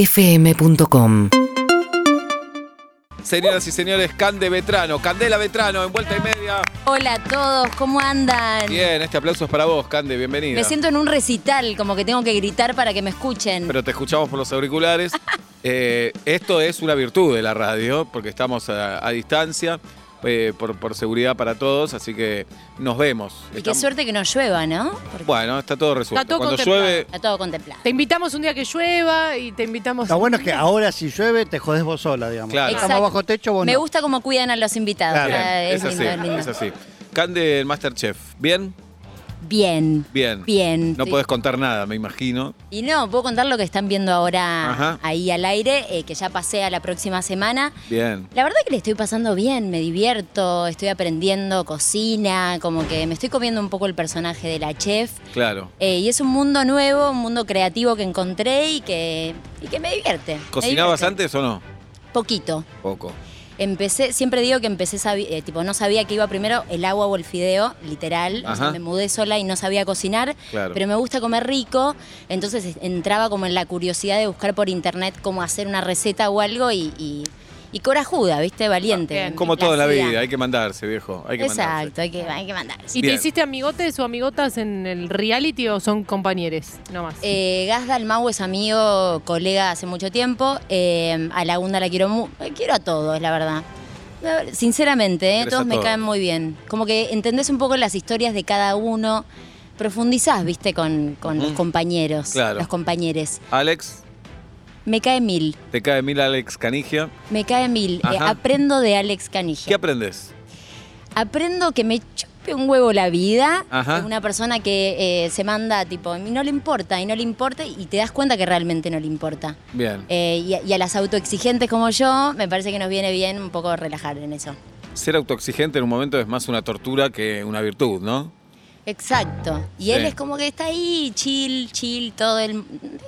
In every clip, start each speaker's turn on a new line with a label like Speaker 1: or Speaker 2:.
Speaker 1: urbanaplayfm.com
Speaker 2: Señoras y señores, Cande Vetrano, Candela Vetrano, en
Speaker 3: Ah,
Speaker 2: vuelta y media.
Speaker 3: Hola a todos, ¿cómo andan?
Speaker 2: Bien, este aplauso es para vos, Cande, bienvenida.
Speaker 3: Me siento en un recital, como que tengo que gritar para que me escuchen.
Speaker 2: Pero te escuchamos por los auriculares. Eh, esto es una virtud de la radio, porque estamos a, a distancia, eh, por, por seguridad para todos, así que nos vemos.
Speaker 3: y qué
Speaker 2: Estamos-
Speaker 3: suerte que no llueva, ¿no? Porque
Speaker 2: Bueno, está todo resuelto.
Speaker 4: Está todo
Speaker 2: Cuando
Speaker 4: contemplado.
Speaker 2: llueve,
Speaker 3: está todo contemplado.
Speaker 4: Te invitamos un día que llueva y te invitamos.
Speaker 5: Lo bueno es que ahora si llueve te jodés vos sola, digamos.
Speaker 2: Claro.
Speaker 5: Estamos bajo techo, vos
Speaker 3: Me
Speaker 5: no.
Speaker 3: gusta cómo cuidan a los invitados.
Speaker 5: Claro.
Speaker 2: bien,
Speaker 3: Ah,
Speaker 2: es, así,
Speaker 3: lindo, es lindo.
Speaker 2: es así. Cande, el Masterchef, ¿bien?
Speaker 3: Bien.
Speaker 2: Bien.
Speaker 3: Bien.
Speaker 2: No
Speaker 3: Sí.
Speaker 2: podés contar nada, me imagino.
Speaker 3: Y no, puedo contar lo que están viendo ahora
Speaker 2: Ajá.
Speaker 3: ahí al aire, eh, que ya pasé a la próxima semana.
Speaker 2: Bien.
Speaker 3: La verdad que le estoy pasando bien, me divierto, estoy aprendiendo cocina, como que me estoy comiendo un poco el personaje de la chef.
Speaker 2: Claro.
Speaker 3: Eh, y es un mundo nuevo, un mundo creativo que encontré y que, y que me divierte. me
Speaker 2: ¿Cocinabas
Speaker 3: divierte.
Speaker 2: antes o no?
Speaker 3: Poquito.
Speaker 2: Poco.
Speaker 3: Empecé, siempre digo que empecé, sabi- eh, tipo, no sabía que iba primero el agua o el fideo, literal. O sea,
Speaker 2: Ajá.
Speaker 3: me mudé sola y no sabía cocinar,
Speaker 2: Claro.
Speaker 3: pero me gusta comer rico. Entonces es- entraba como en la curiosidad de buscar por internet cómo hacer una receta o algo y, y, y corajuda, ¿viste? Valiente.
Speaker 4: Bien.
Speaker 2: Como todo en la
Speaker 3: Placida.
Speaker 2: vida, hay que mandarse, viejo. Hay que mandarse.
Speaker 3: Exacto, hay que, hay que mandarse.
Speaker 4: ¿Y
Speaker 2: Bien.
Speaker 4: te hiciste amigotes o amigotas en el reality o son compañeros nomás?
Speaker 3: Eh, Gaz Dalmau es amigo, colega hace mucho tiempo. Eh, a la Gunda la quiero mu- eh, Quiero a todos, la verdad. La ver- Sinceramente, eh,
Speaker 2: Querés a
Speaker 3: todos me
Speaker 2: todos.
Speaker 3: caen muy bien. Como que entendés un poco las historias de cada uno. Profundizás, viste, con, con los
Speaker 2: Ujú.
Speaker 3: compañeros,
Speaker 2: Mm. Claro.
Speaker 3: los compañeros.
Speaker 2: Alex,
Speaker 3: Me cae mil,
Speaker 2: te cae mil Alex Canigia.
Speaker 3: me cae mil. Eh,
Speaker 2: Ajá.
Speaker 3: aprendo de Alex
Speaker 2: ¿Qué
Speaker 3: Canigia.
Speaker 2: aprendes?
Speaker 3: aprendo que me chupe un huevo la vida.
Speaker 2: Ajá.
Speaker 3: de Una persona que eh, se manda, tipo, y no le importa, y no le importa, y te das cuenta que realmente no le importa.
Speaker 2: Bien.
Speaker 3: Eh, y, a- y a las autoexigentes como yo, me parece que nos viene bien un poco relajar en eso.
Speaker 2: Ser autoexigente en un momento es más una tortura que una virtud, ¿no?
Speaker 3: Exacto. Y
Speaker 2: Sí.
Speaker 3: él es como que está ahí, chill, chill, todo el...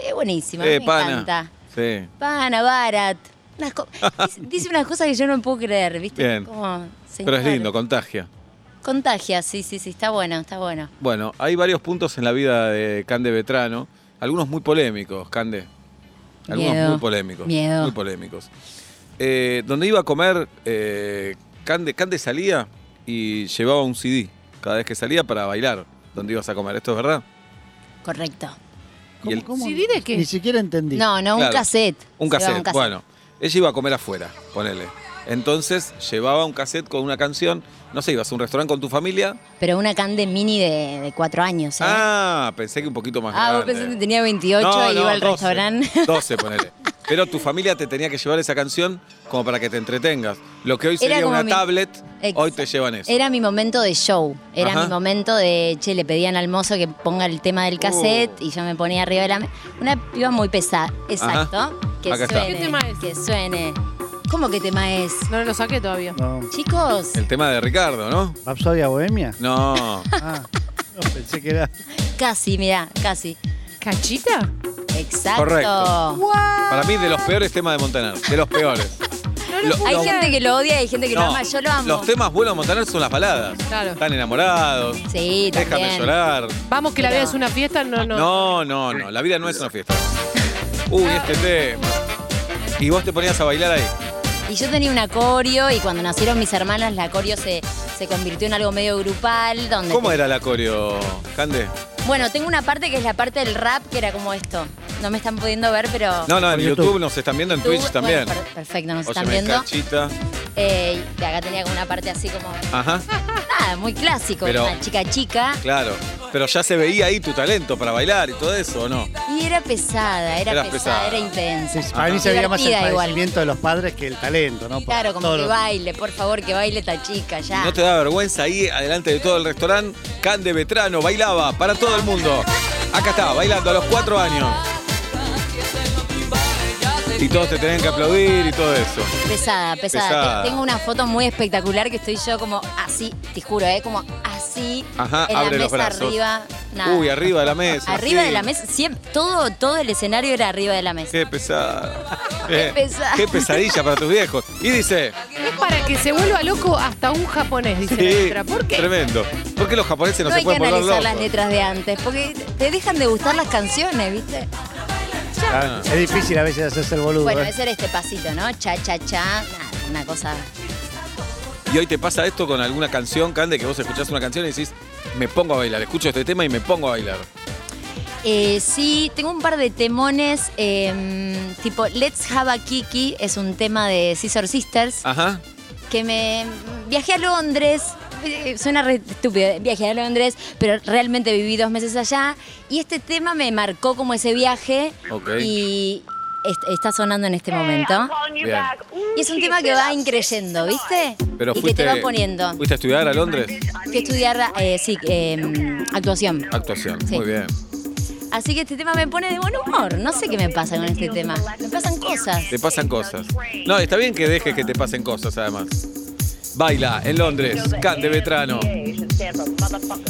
Speaker 3: Es buenísimo,
Speaker 2: Eh,
Speaker 3: me
Speaker 2: pana.
Speaker 3: encanta.
Speaker 2: Sí.
Speaker 3: Pana, Barat. unas co- dice- dice unas cosas que yo no puedo creer, ¿viste?
Speaker 2: Bien.
Speaker 3: Como,
Speaker 2: Pero es
Speaker 3: señor.
Speaker 2: lindo, contagia.
Speaker 3: Contagia, sí, sí, sí, está bueno, está bueno.
Speaker 2: Bueno, hay varios puntos en la vida de Cande Vetrano, algunos muy polémicos, Cande. Algunos
Speaker 3: Miedo.
Speaker 2: muy polémicos.
Speaker 3: Miedo.
Speaker 2: Muy polémicos. Eh, donde iba a comer, eh, Cande, Cande salía y llevaba un CD cada vez que salía para bailar donde ibas a comer. ¿Esto es verdad?
Speaker 3: Correcto.
Speaker 2: Y el-
Speaker 4: ¿CD de qué?
Speaker 5: Ni siquiera entendí.
Speaker 3: No, no, un
Speaker 2: Claro.
Speaker 3: cassette.
Speaker 2: Un
Speaker 3: Se va
Speaker 2: cassette. Bueno, ella iba a comer afuera, ponele. Entonces llevaba un cassette con una canción. No sé, ibas a un restaurante con tu familia.
Speaker 3: Pero una Cande mini de, de cuatro años, ¿eh?
Speaker 2: Ah, pensé que un poquito más
Speaker 3: Ah, vos
Speaker 2: grande.
Speaker 3: pensás que tenía 28 y iba al
Speaker 2: 12,
Speaker 3: restaurante.
Speaker 2: 12, ponele. Pero tu familia te tenía que llevar esa canción como para que te entretengas. Lo que hoy
Speaker 3: Era
Speaker 2: sería
Speaker 3: como
Speaker 2: una
Speaker 3: mi-
Speaker 2: tablet,
Speaker 3: Exacto.
Speaker 2: hoy te llevan eso.
Speaker 3: Era mi momento de show. Era
Speaker 2: Ajá.
Speaker 3: mi momento de, che, le pedían al mozo que ponga el tema del cassette
Speaker 2: Oh.
Speaker 3: y yo me ponía arriba de la... me- Una piba muy pesada, exacto. Que
Speaker 2: Acá está.
Speaker 3: suene,
Speaker 4: ¿Qué tema es?
Speaker 3: que suene. ¿Cómo que tema es?
Speaker 4: No lo saqué todavía.
Speaker 5: No.
Speaker 3: Chicos,
Speaker 2: El tema de Ricardo, ¿no?
Speaker 5: ¿Rapsodia Bohemia?
Speaker 2: No.
Speaker 5: Ah, no, pensé que era...
Speaker 3: casi, mirá, casi.
Speaker 4: ¿Cachita?
Speaker 3: Exacto.
Speaker 2: Correcto. Para mí, de los peores temas de Montaner. De los peores.
Speaker 4: No lo
Speaker 2: Lo-
Speaker 4: puedo
Speaker 3: Hay
Speaker 2: Los-
Speaker 3: gente que lo odia y hay gente que lo
Speaker 2: No,
Speaker 3: ama. Yo lo amo.
Speaker 2: Los temas buenos de Montaner son las baladas.
Speaker 4: Claro.
Speaker 2: Están enamorados.
Speaker 3: sí,
Speaker 2: Déjame
Speaker 3: también.
Speaker 2: llorar.
Speaker 4: Vamos, que la
Speaker 3: Pero-
Speaker 4: vida es una fiesta. No, no.
Speaker 2: No, no, no. La vida no es una fiesta. Uy, este tema. Y vos te ponías a bailar ahí.
Speaker 3: Y yo tenía una corio y cuando nacieron mis hermanas la corio se, se convirtió en algo medio grupal. Donde
Speaker 2: ¿Cómo
Speaker 3: te-
Speaker 2: era la coreo, Cande?
Speaker 3: Bueno, tengo una parte que es la parte del rap que era como esto. No me están pudiendo ver, pero.
Speaker 2: No, no, en
Speaker 5: Por
Speaker 2: YouTube.
Speaker 5: YouTube.
Speaker 2: nos están viendo, en
Speaker 3: Tú-
Speaker 2: Twitch
Speaker 3: bueno,
Speaker 2: también.
Speaker 3: per- perfecto, nos están
Speaker 2: Óyeme,
Speaker 3: viendo.
Speaker 2: Cachita.
Speaker 3: Eh, y acá tenía como una parte así como.
Speaker 2: Ajá,
Speaker 3: Nada, muy clásico,
Speaker 2: Pero-
Speaker 3: una chica chica.
Speaker 2: claro. Pero ya se veía ahí tu talento para bailar y todo eso, ¿o no?
Speaker 3: Y era pesada, era
Speaker 2: Eras
Speaker 3: pesada,
Speaker 2: pesada.
Speaker 3: era intensa.
Speaker 5: Sí, sí, para mí se veía más el
Speaker 3: Divertida igual.
Speaker 5: padecimiento de los padres que el talento, ¿no? Por
Speaker 3: Claro, como
Speaker 5: todo
Speaker 3: que
Speaker 5: lo-
Speaker 3: baile, por favor, que baile esta chica ya.
Speaker 2: ¿No te da vergüenza ahí, adelante de todo el restaurante? Cande Vetrano bailaba para todo el mundo. Acá está, bailando a los cuatro años. Y todos te tenían que aplaudir y todo eso.
Speaker 3: Pesada, pesada.
Speaker 2: Pesada.
Speaker 3: Te- Tengo una foto muy espectacular que estoy yo como así, te juro, ¿eh? Como así.
Speaker 2: Ajá,
Speaker 3: en la
Speaker 2: abre
Speaker 3: mesa
Speaker 2: los brazos.
Speaker 3: arriba. Nada.
Speaker 2: Uy, arriba de la mesa.
Speaker 3: Arriba
Speaker 2: sí.
Speaker 3: de la mesa, siempre, todo, todo el escenario era arriba de la mesa.
Speaker 2: Qué pesada.
Speaker 3: Qué
Speaker 2: Eh,
Speaker 3: pesada.
Speaker 2: Qué pesadilla para tus viejos. Y dice.
Speaker 4: Es para que se vuelva loco hasta un japonés, dice la
Speaker 2: sí,
Speaker 4: letra. ¿Por qué?
Speaker 2: Tremendo. ¿Por qué los japoneses no,
Speaker 3: No,
Speaker 2: se
Speaker 3: hay que
Speaker 2: pueden volver
Speaker 3: analizar
Speaker 2: locos?
Speaker 3: las letras de antes, porque te dejan de gustar las canciones, ¿viste? cha.
Speaker 5: Ah, Es difícil a veces hacerse el boludo.
Speaker 3: Bueno,
Speaker 5: ¿eh?
Speaker 3: ese era este pasito, ¿no? Cha, cha, cha. Nada, una cosa.
Speaker 2: Y hoy te pasa esto con alguna canción, Cande, que vos escuchás una canción y decís, me pongo a bailar, escucho este tema y me pongo a bailar.
Speaker 3: Eh, sí, tengo un par de temones, eh, tipo Let's Have a Kiki, es un tema de Scissor Sisters,
Speaker 2: Ajá.
Speaker 3: que me... Viajé a Londres, eh, suena re estúpido, eh, viajé a Londres, pero realmente viví dos meses allá, y este tema me marcó como ese viaje,
Speaker 2: Ok.
Speaker 3: y est- está sonando en este momento.
Speaker 2: Bien.
Speaker 3: Y es un tema que va increyendo, ¿viste?
Speaker 2: Pero
Speaker 3: y
Speaker 2: fuiste,
Speaker 3: que te va poniendo.
Speaker 2: ¿Fuiste a estudiar a Londres?
Speaker 3: Fui a estudiar, eh, sí, eh, actuación.
Speaker 2: Actuación.
Speaker 3: Sí.
Speaker 2: Muy bien.
Speaker 3: Así que este tema me pone de buen humor. No sé qué me pasa con este tema. Me pasan cosas.
Speaker 2: Te pasan cosas. No, está bien que dejes que te pasen cosas, además. Baila en Londres, Cande Vetrano.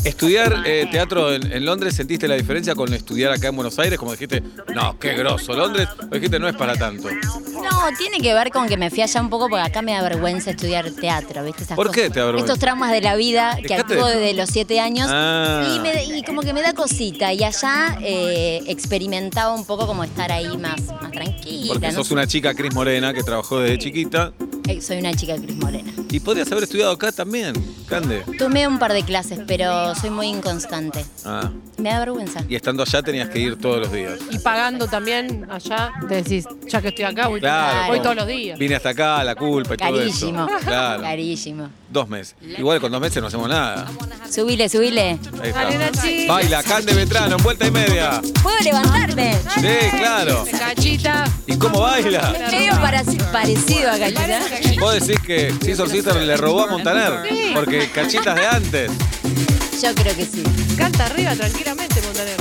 Speaker 2: Estudiar eh, teatro en, en Londres, ¿sentiste la diferencia con estudiar acá en Buenos Aires? Como dijiste, no, qué grosso. Londres, o dijiste, no es para tanto.
Speaker 3: No, tiene que ver con que me fui allá un poco porque acá me da vergüenza estudiar teatro, ¿viste? Esas
Speaker 2: ¿Por
Speaker 3: cosas.
Speaker 2: qué te da vergüenza?
Speaker 3: Estos traumas de la vida que
Speaker 2: Dejate
Speaker 3: actúo
Speaker 2: de-
Speaker 3: desde los siete años.
Speaker 2: Ah.
Speaker 3: Y, me- y como que me da cosita. Y allá eh, experimentaba un poco como estar ahí más, más tranquila.
Speaker 2: Porque
Speaker 3: ¿no?
Speaker 2: sos una chica, Cris Morena, que trabajó desde chiquita.
Speaker 3: Eh, Soy una chica Cris Morena.
Speaker 2: Y podrías haber estudiado acá también, Cande.
Speaker 3: Tomé un par de clases, pero soy muy inconstante.
Speaker 2: Ah,
Speaker 3: Me da vergüenza.
Speaker 2: y estando allá tenías que ir todos los días.
Speaker 4: Y pagando también allá, te decís, ya que estoy acá, voy,
Speaker 2: Claro.
Speaker 4: voy todos los días.
Speaker 2: Vine hasta acá, la culpa y
Speaker 3: Carísimo.
Speaker 2: todo eso. Claro.
Speaker 3: Carísimo.
Speaker 2: Dos meses. Igual con dos meses no hacemos nada.
Speaker 3: Subile, subile.
Speaker 2: Ahí
Speaker 4: Dale,
Speaker 2: está.
Speaker 4: Nachi.
Speaker 2: Baila, Cande Vetrano, en vuelta y media.
Speaker 3: ¿Puedo levantarme?
Speaker 2: Sí, claro.
Speaker 4: Cachita.
Speaker 2: ¿Y cómo baila?
Speaker 3: Medio parasi- parecido a Cachita.
Speaker 2: Vos decís que Scissor Sister le robó a Montaner. Porque cachitas de antes.
Speaker 3: Yo creo que sí.
Speaker 4: Canta arriba tranquilamente, Montaner.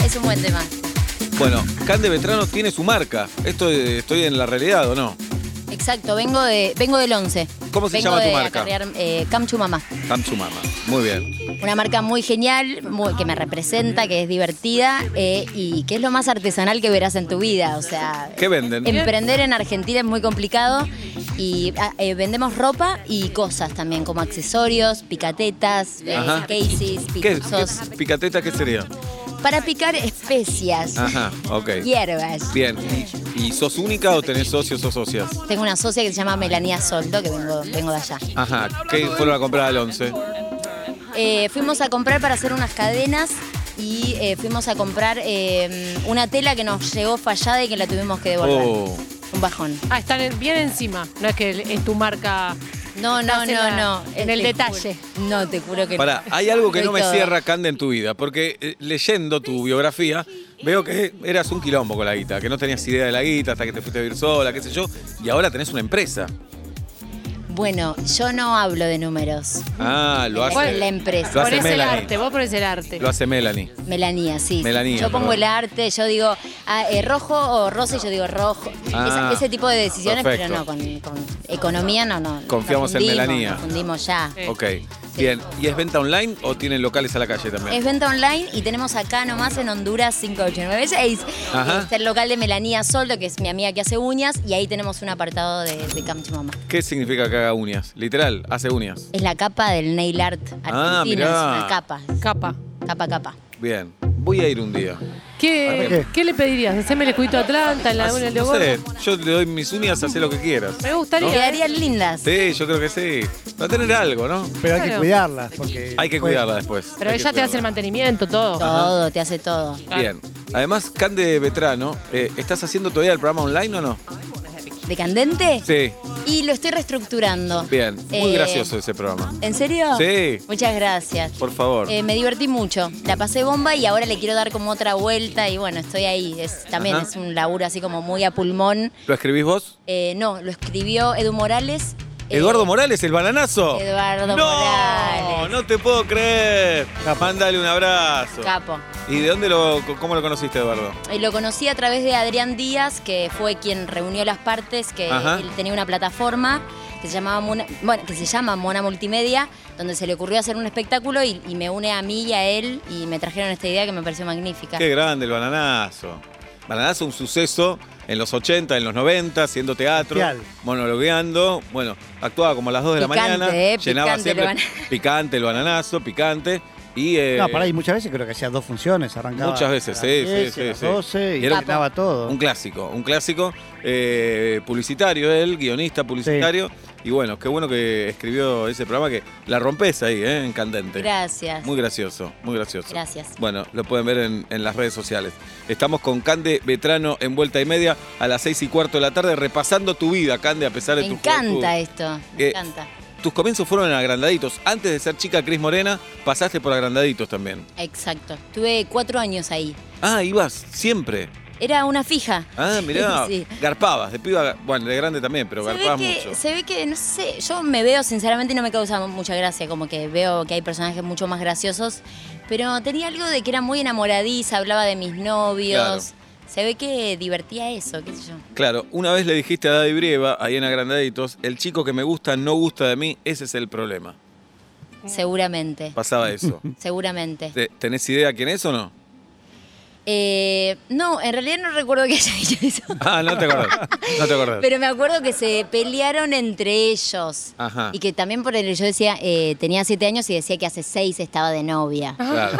Speaker 3: Es, es un buen tema.
Speaker 2: Bueno, Cande Vetrano tiene su marca. Esto eh, estoy en la realidad, ¿o no?
Speaker 3: Exacto, vengo de vengo del 11.
Speaker 2: ¿Cómo se
Speaker 3: vengo
Speaker 2: llama tu
Speaker 3: de
Speaker 2: marca?
Speaker 3: acarrear, eh, Camchu Mamá.
Speaker 2: Cam su mamá. Muy bien.
Speaker 3: Una marca muy genial, muy- que me representa, que es divertida eh, y que es lo más artesanal que verás en tu vida. O sea,
Speaker 2: ¿Qué venden?
Speaker 3: emprender en Argentina es muy complicado y ah, eh, vendemos ropa y cosas también, como accesorios, picatetas, eh,
Speaker 2: Ajá.
Speaker 3: cases,
Speaker 2: ¿Qué,
Speaker 3: picuzos.
Speaker 2: qué picateta qué Ah. sería?
Speaker 3: Para picar especias,
Speaker 2: Ajá, ok.
Speaker 3: hierbas.
Speaker 2: Bien. ¿Y sos única o tenés socios o socias?
Speaker 3: Tengo una socia que se llama Melanía Soldo, que vengo, vengo de allá.
Speaker 2: Ajá. ¿Qué fueron a comprar al 11?
Speaker 3: Eh, fuimos a comprar para hacer unas cadenas y eh, fuimos a comprar eh, una tela que nos llegó fallada y que la tuvimos que devolver.
Speaker 2: Oh.
Speaker 3: Un bajón.
Speaker 4: Ah, están en- bien encima. No es que el- es tu marca.
Speaker 3: No, no,
Speaker 4: Estás en
Speaker 3: no,
Speaker 4: la-
Speaker 3: no.
Speaker 4: en
Speaker 3: Eh,
Speaker 4: el
Speaker 3: te
Speaker 4: detalle.
Speaker 3: juro- No, te juro que
Speaker 2: Pará,
Speaker 3: no.
Speaker 2: hay algo que
Speaker 3: Soy
Speaker 2: no me
Speaker 3: todo.
Speaker 2: cierra, Cande, en tu vida, porque eh, leyendo tu biografía veo que eras un quilombo con la guita, que no tenías idea de la guita hasta que te fuiste a vivir sola, qué sé yo, y ahora tenés una empresa.
Speaker 3: Bueno, yo no hablo de números.
Speaker 2: Ah, lo hace.
Speaker 3: La empresa.
Speaker 2: Lo hace
Speaker 4: ponés el arte,
Speaker 2: Melanie.
Speaker 4: vos ponés el arte.
Speaker 2: Lo hace Melanie.
Speaker 3: Melanía, sí.
Speaker 2: Melanía,
Speaker 3: yo pongo
Speaker 2: perdón.
Speaker 3: el arte, yo digo ah, eh, rojo o rosa y yo digo rojo. E-,
Speaker 2: Ah,
Speaker 3: Esa- ese tipo de decisiones,
Speaker 2: perfecto.
Speaker 3: pero no, con, con economía no, no.
Speaker 2: Confiamos
Speaker 3: Nos
Speaker 2: en
Speaker 3: fundimos,
Speaker 2: Melanía.
Speaker 3: Nos fundimos ya.
Speaker 4: Sí.
Speaker 2: Ok. Bien. ¿Y es venta online o tienen locales a la calle también?
Speaker 3: Es venta online y tenemos acá nomás en Honduras 5896.
Speaker 2: Ajá.
Speaker 3: Está este, el local de Melanía Soldo, que es mi amiga que hace uñas, y ahí tenemos un apartado de, de Camp Chimamá.
Speaker 2: ¿Qué significa que haga uñas? Literal, hace uñas.
Speaker 3: Es la capa del nail art argentino,
Speaker 2: Ah, mirá.
Speaker 3: es una capa,
Speaker 4: Capa.
Speaker 3: capa, capa.
Speaker 2: Bien. Voy a ir un día.
Speaker 4: ¿Qué,
Speaker 5: Arriba.
Speaker 4: ¿Qué le pedirías? ¿Haceme el escudito de Atlanta, en la
Speaker 2: Así,
Speaker 4: laguna del
Speaker 2: no
Speaker 4: Diogordo?
Speaker 2: sé, yo le doy mis uñas, hacé lo que quieras.
Speaker 4: Me gustaría.
Speaker 3: Quedarían lindas.
Speaker 2: Sí, yo creo que sí. Va a tener algo, ¿no?
Speaker 5: Pero hay que
Speaker 4: Claro.
Speaker 5: cuidarlas. Porque
Speaker 2: Hay que
Speaker 5: después-
Speaker 2: cuidarla después.
Speaker 4: Pero
Speaker 2: Hay
Speaker 4: ella
Speaker 2: que
Speaker 4: te hace el
Speaker 2: cuidarla.
Speaker 4: mantenimiento, todo.
Speaker 3: Todo, te hace todo.
Speaker 2: Bien. Además, Cande Vetrano, eh, ¿estás haciendo todavía el programa online o no?
Speaker 3: ¿De candente?
Speaker 2: Sí.
Speaker 3: Y lo estoy reestructurando.
Speaker 2: Bien. Muy
Speaker 3: Eh,
Speaker 2: gracioso ese programa.
Speaker 3: ¿En serio?
Speaker 2: Sí.
Speaker 3: Muchas gracias.
Speaker 2: Por favor.
Speaker 3: Eh, me divertí mucho, la pasé bomba y ahora le quiero dar como otra vuelta y bueno, estoy ahí. Es, también
Speaker 2: Ajá.
Speaker 3: es un laburo así como muy a pulmón.
Speaker 2: ¿Lo escribís vos?
Speaker 3: Eh, no, lo escribió Edu Morales. Eh,
Speaker 2: Eduardo Morales, el bananazo.
Speaker 3: Eduardo
Speaker 2: no,
Speaker 3: Morales.
Speaker 2: no te puedo creer. Mándale un abrazo.
Speaker 3: Capo.
Speaker 2: ¿Y de dónde lo, cómo lo conociste, Eduardo?
Speaker 3: Eh, lo conocí a través de Adrián Díaz, que fue quien reunió las partes, que
Speaker 2: Ajá.
Speaker 3: él tenía una plataforma que se llamaba Mona, bueno, que se llama Mona Multimedia, donde se le ocurrió hacer un espectáculo y, y me une a mí y a él y me trajeron esta idea que me pareció magnífica.
Speaker 2: Qué grande el bananazo. Bananazo, un suceso en los 80, en los 90, haciendo teatro,
Speaker 5: Mundial.
Speaker 2: monologueando. Bueno, actuaba como a las 2 de
Speaker 3: Picante,
Speaker 2: la mañana,
Speaker 3: eh,
Speaker 2: llenaba
Speaker 3: picante el
Speaker 2: siempre. picante el bananazo, picante. Y, eh,
Speaker 5: No, para ahí muchas veces creo que hacía dos funciones, arrancaba.
Speaker 2: Muchas veces,
Speaker 5: a las
Speaker 2: sí, sí,
Speaker 5: 10 y a
Speaker 2: sí,
Speaker 5: las
Speaker 2: sí.
Speaker 5: 12
Speaker 2: Y
Speaker 5: y
Speaker 2: era-
Speaker 5: terminaba todo.
Speaker 2: Un clásico, un clásico eh, publicitario, él, guionista publicitario. Y bueno, qué bueno que escribió ese programa que la rompes ahí, ¿eh? En Candente.
Speaker 3: Gracias.
Speaker 2: Muy gracioso, muy gracioso.
Speaker 3: Gracias.
Speaker 2: Bueno, lo pueden ver en, en las redes sociales. Estamos con Cande Vetrano en vuelta y media a las seis y cuarto de la tarde, repasando tu vida, Cande, a pesar de
Speaker 3: Me
Speaker 2: tu
Speaker 3: encanta
Speaker 2: juventud.
Speaker 3: esto. Me
Speaker 2: Eh,
Speaker 3: encanta.
Speaker 2: Tus comienzos fueron en Agrandaditos. Antes de ser chica Cris Morena, pasaste por Agrandaditos también.
Speaker 3: Exacto. Tuve cuatro años ahí.
Speaker 2: Ah, ibas siempre.
Speaker 3: Era una fija.
Speaker 2: Ah, mirá.
Speaker 3: Sí.
Speaker 2: Garpabas, de piba, bueno, de grande también, pero
Speaker 3: se ve,
Speaker 2: garpabas
Speaker 3: que,
Speaker 2: mucho.
Speaker 3: se ve que, no sé, yo me veo, sinceramente no me causa mucha gracia, como que veo que hay personajes mucho más graciosos, pero tenía algo de que era muy enamoradiza, hablaba de mis novios. Se ve que divertía eso, qué sé yo.
Speaker 2: Claro, una vez le dijiste a Daddy Brieva, ahí en Agrandaditos, el chico que me gusta no gusta de mí, ese es el problema.
Speaker 3: Seguramente,
Speaker 2: Pasaba eso.
Speaker 3: seguramente.
Speaker 2: ¿Te- ¿Tenés idea quién es o no?
Speaker 3: Eh, no, en realidad no recuerdo que haya dicho eso,
Speaker 2: Ah, no te acordás. No te acordás.
Speaker 3: pero me acuerdo que se pelearon entre ellos.
Speaker 2: Ajá.
Speaker 3: Y que también por el yo decía, eh, tenía siete años y decía que hace seis estaba de novia.
Speaker 2: Claro.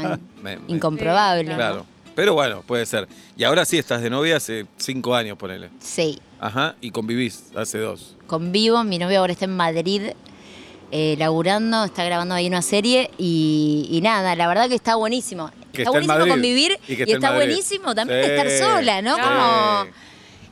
Speaker 3: Son
Speaker 2: Me- me-
Speaker 3: incomprobables. ¿no?
Speaker 2: claro. Pero bueno, puede ser. Y ahora sí estás de novia hace cinco años, ponele.
Speaker 3: Sí.
Speaker 2: Ajá, y convivís hace dos.
Speaker 3: convivo. Mi novio ahora está en Madrid eh, laburando, está grabando ahí una serie y, y nada, la verdad que está buenísimo.
Speaker 2: Que
Speaker 3: está
Speaker 2: está en
Speaker 3: buenísimo
Speaker 2: Madrid
Speaker 3: convivir
Speaker 2: y
Speaker 3: y,
Speaker 2: que está en
Speaker 3: está
Speaker 2: Madrid.
Speaker 3: buenísimo también
Speaker 2: Sí,
Speaker 3: estar sola, ¿no?
Speaker 2: sí.
Speaker 3: Como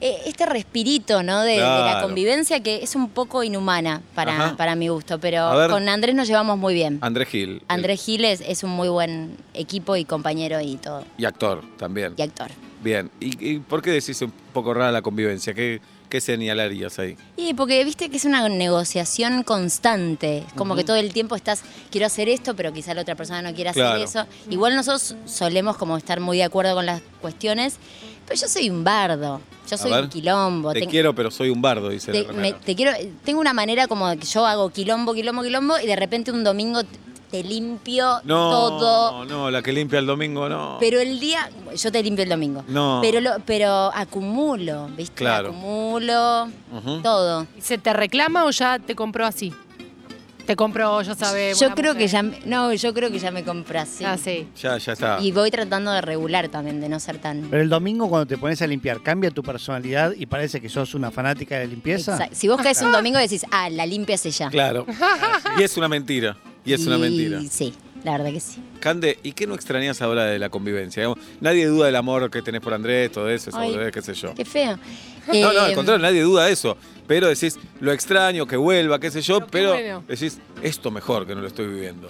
Speaker 3: eh, este respirito, ¿no? De, de la
Speaker 2: Claro.
Speaker 3: convivencia que es un poco inhumana para,
Speaker 2: Ajá.
Speaker 3: para mi gusto,
Speaker 2: A
Speaker 3: pero
Speaker 2: ver.
Speaker 3: con Andrés nos llevamos muy bien.
Speaker 2: Andrés Gil.
Speaker 3: Andrés Giles es un muy buen equipo y compañero y todo,
Speaker 2: Y actor también.
Speaker 3: y actor.
Speaker 2: Bien. ¿Y, y por qué decís un poco rara la convivencia? ¿Qué, qué señalarías ahí?
Speaker 3: Y porque viste que es una negociación constante, como que todo el tiempo estás, quiero hacer esto, pero quizá la otra persona no quiera
Speaker 2: Claro.
Speaker 3: hacer eso. Igual nosotros solemos como estar muy de acuerdo con las cuestiones, pero yo soy un bardo, yo soy
Speaker 2: ver.
Speaker 3: un quilombo.
Speaker 2: Te
Speaker 3: ten-
Speaker 2: quiero, pero soy un bardo, dice
Speaker 3: te-
Speaker 2: el
Speaker 3: me-
Speaker 2: remero.
Speaker 3: te quiero, tengo una manera como de que yo hago quilombo, quilombo, quilombo y de repente un domingo t- te limpio
Speaker 2: No,
Speaker 3: todo.
Speaker 2: no, la que limpia el domingo, no.
Speaker 3: Pero el día, yo te limpio el domingo.
Speaker 2: No.
Speaker 3: Pero lo, pero acumulo, ¿viste?
Speaker 2: Claro.
Speaker 3: Acumulo
Speaker 2: Ujú.
Speaker 3: todo.
Speaker 4: ¿Se te reclama o ya te compró así? Te compró, ya sabemos.
Speaker 3: Yo
Speaker 4: la
Speaker 3: creo que
Speaker 4: mujer.
Speaker 3: ya me- no, yo creo que ya me compré así.
Speaker 4: Ah, sí.
Speaker 2: Ya, ya está.
Speaker 3: Y voy tratando de regular también, de no ser tan.
Speaker 5: Pero el domingo cuando te pones a limpiar, ¿cambia tu personalidad y parece que sos una fanática de limpieza?
Speaker 3: Exa- Si vos caes un domingo decís, ah, la limpia hace ya.
Speaker 2: Claro. Y es una mentira. Y es una mentira.
Speaker 3: Sí, la verdad que sí.
Speaker 2: Cande, ¿y qué no extrañas ahora de la convivencia? Digamos, nadie duda del amor que tenés por Andrés, todo eso, esa
Speaker 3: Ay,
Speaker 2: boludez, qué sé yo.
Speaker 3: Qué feo.
Speaker 2: No, no, al
Speaker 3: Eh,
Speaker 2: contrario, nadie duda de eso. Pero decís, lo extraño, que vuelva, qué sé yo,
Speaker 4: Pero qué
Speaker 2: pero
Speaker 4: bueno.
Speaker 2: decís, esto mejor que no lo estoy viviendo.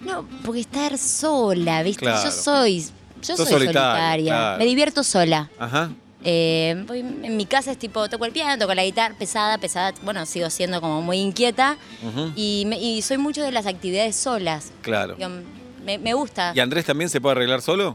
Speaker 3: No, porque estar sola, ¿viste?
Speaker 2: Claro.
Speaker 3: Yo soy. Yo
Speaker 2: Sos
Speaker 3: soy
Speaker 2: solitaria,
Speaker 3: solitaria.
Speaker 2: claro.
Speaker 3: Me divierto sola.
Speaker 2: Ajá.
Speaker 3: Eh, voy- en mi casa es tipo, toco el piano, toco la guitarra, pesada, pesada. Bueno, sigo siendo como muy inquieta.
Speaker 2: ujú,
Speaker 3: Y, me- y soy mucho de las actividades solas.
Speaker 2: Claro.
Speaker 3: Digo, Me, me gusta.
Speaker 2: ¿Y Andrés también se puede arreglar solo?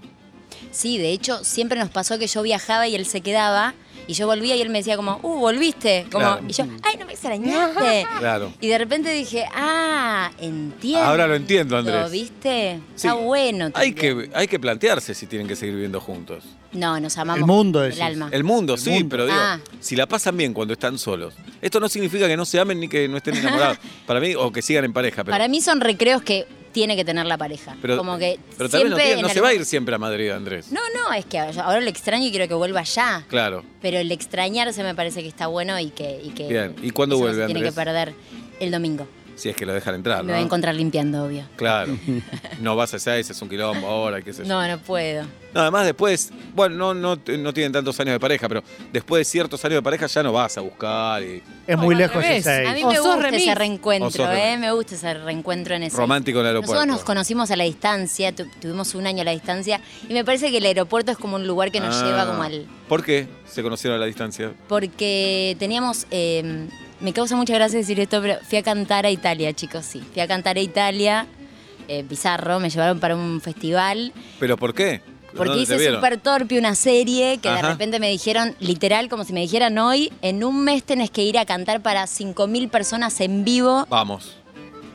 Speaker 3: Sí, de hecho, siempre nos pasó que yo viajaba y él se quedaba. Y yo volvía y él me decía como, uh, volviste. Como,
Speaker 2: Claro.
Speaker 3: Y yo, ay, no me extrañaste.
Speaker 2: Claro.
Speaker 3: Y de repente dije, ah, entiendo.
Speaker 2: Ahora lo entiendo, Andrés.
Speaker 3: ¿Viste? Está
Speaker 2: Sí.
Speaker 3: bueno.
Speaker 2: Hay
Speaker 3: también.
Speaker 2: que, hay que plantearse si tienen que seguir viviendo juntos.
Speaker 3: No, nos amamos.
Speaker 5: El mundo,
Speaker 3: El
Speaker 5: decís.
Speaker 3: alma.
Speaker 2: El mundo, sí,
Speaker 5: mundo.
Speaker 2: pero digo,
Speaker 3: Ah.
Speaker 2: si la pasan bien cuando están solos. Esto no significa que no se amen ni que no estén enamorados. Para mí, o que sigan en pareja. Pero,
Speaker 3: Para mí son recreos que tiene que tener la pareja.
Speaker 2: pero,
Speaker 3: como que
Speaker 2: pero tal vez
Speaker 3: siempre
Speaker 2: no, tiene-
Speaker 3: en
Speaker 2: no se
Speaker 3: algún-
Speaker 2: va a ir siempre a Madrid, Andrés.
Speaker 3: No, no, es que ahora lo extraño y quiero que vuelva ya.
Speaker 2: Claro.
Speaker 3: Pero el extrañarse me parece que está bueno y que... Y que
Speaker 2: Bien. ¿Y cuándo
Speaker 3: eso no
Speaker 2: vuelve,
Speaker 3: se tiene que
Speaker 2: Andrés?
Speaker 3: perder el domingo.
Speaker 2: Si es que lo dejan entrar, ¿no?
Speaker 3: Me voy a encontrar limpiando, obvio.
Speaker 2: Claro. No vas a ese es un quilombo ahora, qué sé yo.
Speaker 3: No, no puedo.
Speaker 2: No, además después, bueno, no, no, no tienen tantos años de pareja, pero después de ciertos años de pareja ya no vas a buscar y
Speaker 5: Es
Speaker 4: No,
Speaker 5: muy
Speaker 4: al
Speaker 5: lejos
Speaker 4: revés.
Speaker 5: esa
Speaker 4: A mí
Speaker 5: idea.
Speaker 3: o
Speaker 4: me
Speaker 3: sos
Speaker 4: gusta
Speaker 3: remis.
Speaker 4: ese
Speaker 3: ese
Speaker 2: O sos
Speaker 3: reencuentro,
Speaker 2: remis.
Speaker 3: ¿eh? Me gusta ese reencuentro en ese.
Speaker 2: romántico en el aeropuerto.
Speaker 3: Nosotros nos conocimos a la distancia, tu- tuvimos un año a la distancia, y me parece que el aeropuerto es como un lugar que nos
Speaker 2: Ah.
Speaker 3: lleva como al.
Speaker 2: ¿Por qué se conocieron a la distancia?
Speaker 3: Porque teníamos. eh, me causa mucha gracia decir esto, pero fui a cantar a Italia, chicos, sí. Fui a cantar a Italia, eh, bizarro, me llevaron para un festival.
Speaker 2: ¿Pero por qué?
Speaker 3: Porque
Speaker 2: ¿Dónde te
Speaker 3: hice
Speaker 2: vieron?
Speaker 3: súper torpe una serie que
Speaker 2: Ajá.
Speaker 3: de repente me dijeron, literal, como si me dijeran hoy, en un mes tenés que ir a cantar para 5.000 personas en vivo.
Speaker 2: Vamos,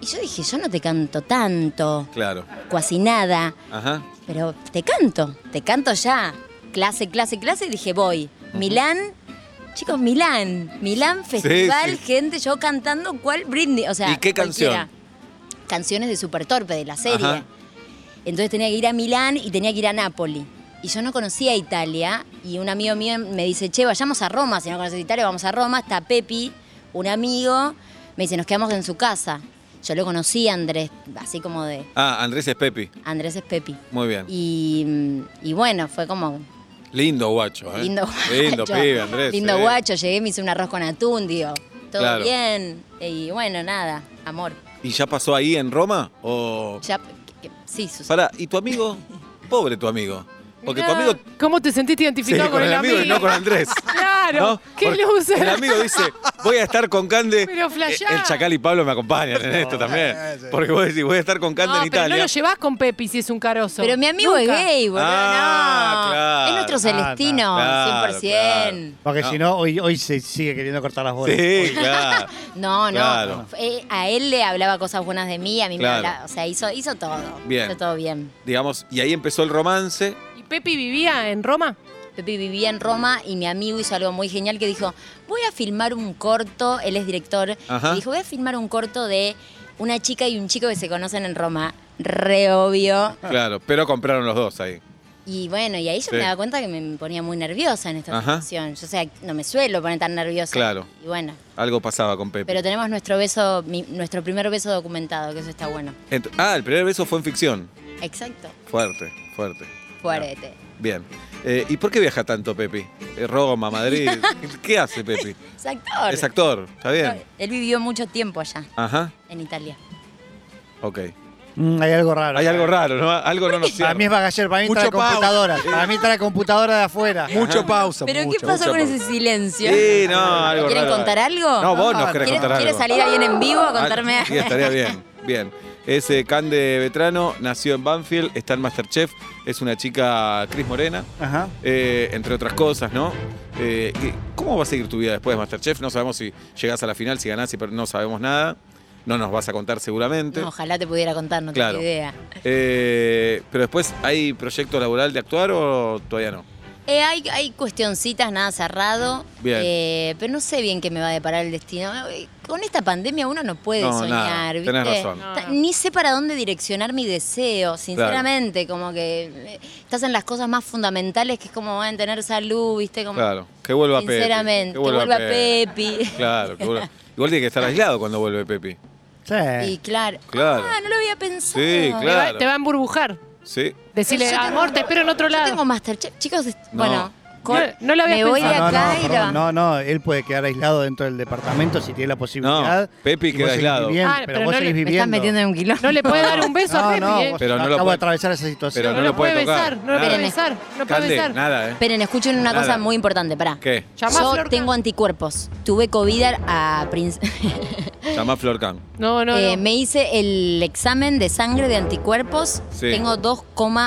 Speaker 3: Y yo dije, yo no te canto tanto,
Speaker 2: claro.
Speaker 3: cuasi nada,
Speaker 2: Ajá.
Speaker 3: pero te canto, te canto ya. Clase, clase, clase, y dije, voy. Milán, chicos, Milán, Milán, festival,
Speaker 2: sí.
Speaker 3: gente, yo cantando, ¿cuál Britney? O sea,
Speaker 2: ¿Y qué
Speaker 3: cualquiera.
Speaker 2: canción?
Speaker 3: canciones de Super Torpe, de la serie.
Speaker 2: Ajá.
Speaker 3: Entonces tenía que ir a Milán y tenía que ir a Nápoli. Y yo no conocía Italia y un amigo mío me dice, che, vayamos a Roma, si no conoces Italia, vamos a Roma. Está Pepi, un amigo, me dice, nos quedamos en su casa. Yo lo conocí, Andrés, así como de...
Speaker 2: Ah, Andrés es Pepi.
Speaker 3: Andrés es Pepi.
Speaker 2: Muy bien.
Speaker 3: Y, y bueno, fue como
Speaker 2: Lindo guacho, ¿eh?
Speaker 3: lindo guacho.
Speaker 2: Lindo pibe, Andrés. eh.
Speaker 3: Lindo
Speaker 2: sí.
Speaker 3: guacho, llegué, me hice un arroz con atún, digo. Todo
Speaker 2: Claro.
Speaker 3: bien. Y bueno, nada, amor.
Speaker 2: ¿Y ya pasó ahí en Roma? O...
Speaker 3: Ya, que- sí, sus-
Speaker 2: Pará, ¿y tu amigo? Pobre tu amigo. Porque tu
Speaker 4: Mirá,
Speaker 2: amigo...
Speaker 4: ¿Cómo te sentiste
Speaker 2: Sí,
Speaker 4: identificado con, el amigo?
Speaker 2: y no con Andrés.
Speaker 4: Claro,
Speaker 2: ¿no?
Speaker 4: qué
Speaker 2: Porque
Speaker 4: loser.
Speaker 2: El amigo dice, voy a estar con Cande.
Speaker 4: Pero flashá.
Speaker 2: Eh, El Chacal y Pablo me acompañan en esto también.
Speaker 5: eh, sí.
Speaker 2: Porque vos decís, voy a estar con
Speaker 4: No,
Speaker 2: Cande en
Speaker 4: pero
Speaker 2: Italia.
Speaker 4: no lo llevas con Pepi si es un carozo.
Speaker 3: Pero mi amigo
Speaker 4: Nunca.
Speaker 3: es gay, boludo.
Speaker 2: Ah,
Speaker 3: no.
Speaker 2: claro.
Speaker 3: es nuestro
Speaker 5: Ah,
Speaker 3: celestino,
Speaker 2: claro,
Speaker 3: 100%.
Speaker 5: Porque
Speaker 2: No.
Speaker 5: si no, hoy, hoy se sigue queriendo cortar las bolas.
Speaker 2: Sí, claro.
Speaker 3: No, no.
Speaker 2: Claro.
Speaker 3: Eh, a él le hablaba cosas buenas de mí, a mí
Speaker 2: Claro.
Speaker 3: me hablaba. O sea, hizo, hizo todo.
Speaker 2: Bien.
Speaker 3: Hizo todo bien.
Speaker 2: Digamos, y ahí empezó el romance.
Speaker 4: ¿Y Pepi vivía en Roma?
Speaker 3: Pepi vivía en Roma y mi amigo hizo algo muy genial que dijo, voy a filmar un corto, él es director,
Speaker 2: Ajá.
Speaker 3: y dijo, voy a filmar un corto de una chica y un chico que se conocen en Roma, re obvio.
Speaker 4: Ah.
Speaker 2: Claro, pero compraron los dos ahí.
Speaker 3: Y bueno, y ahí yo
Speaker 2: Sí.
Speaker 3: me daba cuenta que me ponía muy nerviosa en esta
Speaker 2: Ajá.
Speaker 3: situación. Yo o sea, no me suelo poner tan nerviosa.
Speaker 2: Claro.
Speaker 3: Y bueno,
Speaker 2: Algo pasaba con Pepe.
Speaker 3: pero tenemos nuestro beso, mi- nuestro primer beso documentado, que eso está bueno.
Speaker 2: Ent- ah, el primer beso fue en ficción.
Speaker 3: Exacto.
Speaker 2: Fuerte, fuerte.
Speaker 3: Fuerte.
Speaker 2: Bien. Eh, ¿Y por qué viaja tanto Pepi? Eh, Roma, Madrid. ¿Qué- ¿Qué hace Pepi?
Speaker 3: Es actor.
Speaker 2: Es actor, ¿está bien?
Speaker 3: Él vivió mucho tiempo allá,
Speaker 2: Ajá,
Speaker 3: en Italia.
Speaker 2: ok.
Speaker 5: Mm, hay algo raro.
Speaker 2: Hay algo raro, ¿no? Algo no nos
Speaker 5: Para
Speaker 2: cierra.
Speaker 5: mí es Bagaller, para mí
Speaker 1: Mucho
Speaker 5: está la
Speaker 1: pavo.
Speaker 5: computadora. Para mí está la computadora de afuera.
Speaker 1: Mucho pausa.
Speaker 3: Pero
Speaker 1: mucho.
Speaker 3: ¿qué pasa
Speaker 2: mucho
Speaker 3: con
Speaker 2: por-
Speaker 3: ese silencio?
Speaker 2: Sí, no, algo
Speaker 3: ¿Quieren
Speaker 2: raro.
Speaker 3: contar algo?
Speaker 2: No, vos nos querés
Speaker 3: ¿Quieren-
Speaker 2: contar algo.
Speaker 3: ¿Quieres salir ahí en vivo a contarme
Speaker 2: Ah, Sí, estaría bien, bien. Es eh, Cande Vetrano, nació en Banfield, está en Masterchef, es una chica Cris Morena,
Speaker 5: Ajá.
Speaker 2: eh, entre otras cosas, ¿no? Eh, ¿qué- ¿Cómo va a seguir tu vida después de Masterchef? No sabemos si llegás a la final, si ganás, si per- no sabemos nada. No nos vas a contar seguramente.
Speaker 3: No, ojalá te pudiera contar, no
Speaker 2: Claro.
Speaker 3: tengo idea.
Speaker 2: Eh, pero después, ¿hay proyecto laboral de actuar o todavía no?
Speaker 3: Eh, hay, hay cuestioncitas, nada cerrado.
Speaker 2: Bien.
Speaker 3: Eh, pero no sé bien qué me va a deparar el destino. Eh, Con esta pandemia uno no puede
Speaker 2: No,
Speaker 3: soñar,
Speaker 2: nada,
Speaker 3: ¿viste?
Speaker 2: tenés razón.
Speaker 4: No,
Speaker 3: Ta-
Speaker 4: no.
Speaker 3: Ni sé para dónde direccionar mi deseo, sinceramente. Como que eh, estás en las cosas más fundamentales, que es como van a tener salud, ¿viste? Como,
Speaker 2: Claro, que vuelva Pepe.
Speaker 3: Sinceramente,
Speaker 2: que
Speaker 3: que
Speaker 2: vuelva
Speaker 3: vuelva
Speaker 2: Pepe.
Speaker 3: Pepi.
Speaker 2: Claro, que vuelva- Igual tiene que estar aislado cuando vuelve Pepi.
Speaker 5: Sí.
Speaker 3: Y claro.
Speaker 2: Claro.
Speaker 3: Ah, no lo había pensado.
Speaker 2: Sí,
Speaker 4: Te va-
Speaker 2: Claro.
Speaker 4: Te va a emburbujar.
Speaker 2: Sí.
Speaker 4: Decirle,
Speaker 3: Yo tengo-
Speaker 4: amor, te espero en otro
Speaker 3: Yo
Speaker 4: lado.
Speaker 3: tengo Masterchef. Chicos, est-
Speaker 2: No.
Speaker 3: bueno,
Speaker 4: No- no lo había
Speaker 3: me voy
Speaker 5: Ah,
Speaker 3: de
Speaker 5: no, no,
Speaker 3: acá y la-
Speaker 5: perdón, no, no, él puede quedar aislado dentro del departamento si tiene la posibilidad.
Speaker 2: No, Pepi
Speaker 5: Y vos
Speaker 2: queda
Speaker 5: seguís
Speaker 2: aislado.
Speaker 5: viviendo,
Speaker 4: Ah,
Speaker 5: pero,
Speaker 4: pero
Speaker 5: vos
Speaker 4: no le-
Speaker 5: seguís
Speaker 4: me
Speaker 3: me estás
Speaker 5: viviendo.
Speaker 3: metiendo en un quilombo.
Speaker 4: No le puede dar un beso a
Speaker 5: no,
Speaker 4: Pepi,
Speaker 5: no,
Speaker 4: ¿eh?
Speaker 5: vos-
Speaker 2: Pero no lo
Speaker 5: acabo
Speaker 2: puede-
Speaker 5: de atravesar esa situación.
Speaker 2: Pero no,
Speaker 4: No
Speaker 2: lo
Speaker 4: lo
Speaker 2: puede
Speaker 4: puede
Speaker 2: tocar.
Speaker 4: besar, no lo
Speaker 2: Nada.
Speaker 4: puede besar, no puede
Speaker 2: Cande,
Speaker 4: besar.
Speaker 2: Nada, ¿eh?
Speaker 3: Esperen, escuchen una
Speaker 2: Nada.
Speaker 3: cosa muy importante, pará.
Speaker 2: ¿Qué?
Speaker 4: Llamá a
Speaker 3: Yo
Speaker 4: Flor
Speaker 3: tengo
Speaker 4: Kahn.
Speaker 3: anticuerpos. Tuve COVID a princ-
Speaker 2: Llama a Florcan.
Speaker 4: No, no,
Speaker 3: Eh,
Speaker 4: no.
Speaker 3: Me hice el examen de sangre de anticuerpos.
Speaker 2: Sí.
Speaker 3: Tengo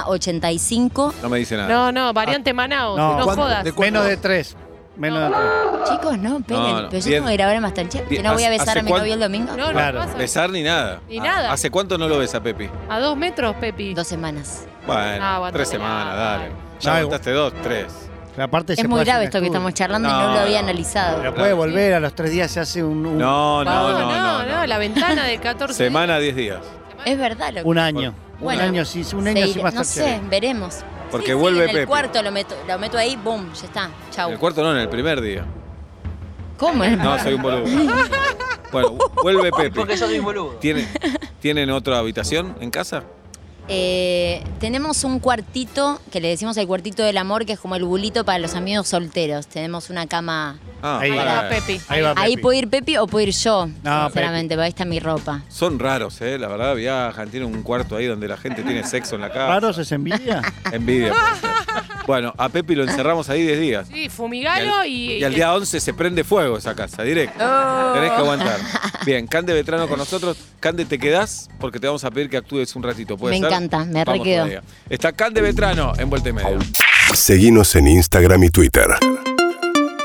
Speaker 3: 2,85.
Speaker 2: No me dice nada.
Speaker 4: No, no, variante Manaus,
Speaker 5: No.
Speaker 4: no,
Speaker 1: ¿Cuándo-
Speaker 4: jodas.
Speaker 1: de cu-
Speaker 5: Menos de tres. Menos de tres.
Speaker 3: Chicos, no, esperen.
Speaker 2: No, no.
Speaker 3: Pero yo
Speaker 2: Bien.
Speaker 3: tengo que grabar el Masterchef.
Speaker 2: Bien,
Speaker 3: Que no voy a
Speaker 2: ¿hace-
Speaker 3: besar
Speaker 2: hace
Speaker 3: a mi
Speaker 2: cuán-
Speaker 3: novio el domingo.
Speaker 4: No, no
Speaker 5: Claro.
Speaker 4: pasa.
Speaker 2: Besar ni nada.
Speaker 4: Ni nada.
Speaker 2: ¿Hace cuánto no lo ves a Pepi?
Speaker 4: A dos metros, Pepi.
Speaker 3: Dos semanas.
Speaker 2: Bueno,
Speaker 4: No, aguantale
Speaker 2: tres semanas,
Speaker 4: nada.
Speaker 2: dale. Ya
Speaker 5: No,
Speaker 2: aguantaste dos, tres.
Speaker 5: Pero aparte se
Speaker 3: es muy
Speaker 5: puede hacer
Speaker 3: grave
Speaker 5: un
Speaker 3: esto que
Speaker 5: estudio.
Speaker 3: estamos charlando y
Speaker 2: No,
Speaker 3: no lo había
Speaker 2: no.
Speaker 3: analizado.
Speaker 5: Pero puede volver, a los tres días se hace un, un,
Speaker 2: No, no, no, no. no,
Speaker 4: la ventana de 14.
Speaker 2: Semana, diez días.
Speaker 3: es verdad lo que
Speaker 5: un año.
Speaker 3: Bueno.
Speaker 5: un año, sí, un año
Speaker 3: Se
Speaker 5: sin
Speaker 3: irá-
Speaker 5: más
Speaker 3: No sé, veremos.
Speaker 2: Porque vuelve
Speaker 3: en el
Speaker 2: Pepe.
Speaker 3: cuarto lo meto, lo meto ahí, boom, ya está.
Speaker 2: En el
Speaker 3: Chau.
Speaker 2: cuarto no, en el primer día.
Speaker 3: ¿Cómo? es?
Speaker 2: No, soy un boludo. Bueno, vuelve Pepi.
Speaker 6: Porque yo soy boludo.
Speaker 2: ¿Tienen, ¿Tienen otra habitación en casa?
Speaker 3: Eh, tenemos un cuartito que le decimos el cuartito del amor, que es como el bulito para los amigos solteros. Tenemos una cama.
Speaker 2: Ah,
Speaker 5: Ahí
Speaker 4: Ahí
Speaker 2: bueno.
Speaker 4: va Pepi.
Speaker 5: Ahí
Speaker 2: Ah,
Speaker 5: va
Speaker 3: Ahí
Speaker 5: Pepi.
Speaker 3: puede ir Pepi o puede ir yo,
Speaker 5: No,
Speaker 3: sinceramente, porque ahí está mi ropa.
Speaker 2: Son raros, ¿eh? La verdad, viajan, tienen un cuarto ahí donde la gente tiene sexo en la casa.
Speaker 5: ¿Raros es envidia?
Speaker 2: Envidia. pues. Bueno, a Pepi lo encerramos ahí 10 días.
Speaker 4: Sí,
Speaker 2: al-
Speaker 4: fumigalo y.
Speaker 2: y al día 11 se prende fuego esa casa, directo. Tenés que aguantar. Bien, Cande Vetrano con nosotros. Cande, ¿te quedás? Porque te vamos a pedir que actúes un ratito. ¿Puede
Speaker 3: Me
Speaker 2: ser?
Speaker 3: encanta, me
Speaker 2: Vamos
Speaker 3: requedo.
Speaker 2: todavía. Está Cande Vetrano en Vuelta y Media.
Speaker 7: Seguinos en Instagram y Twitter.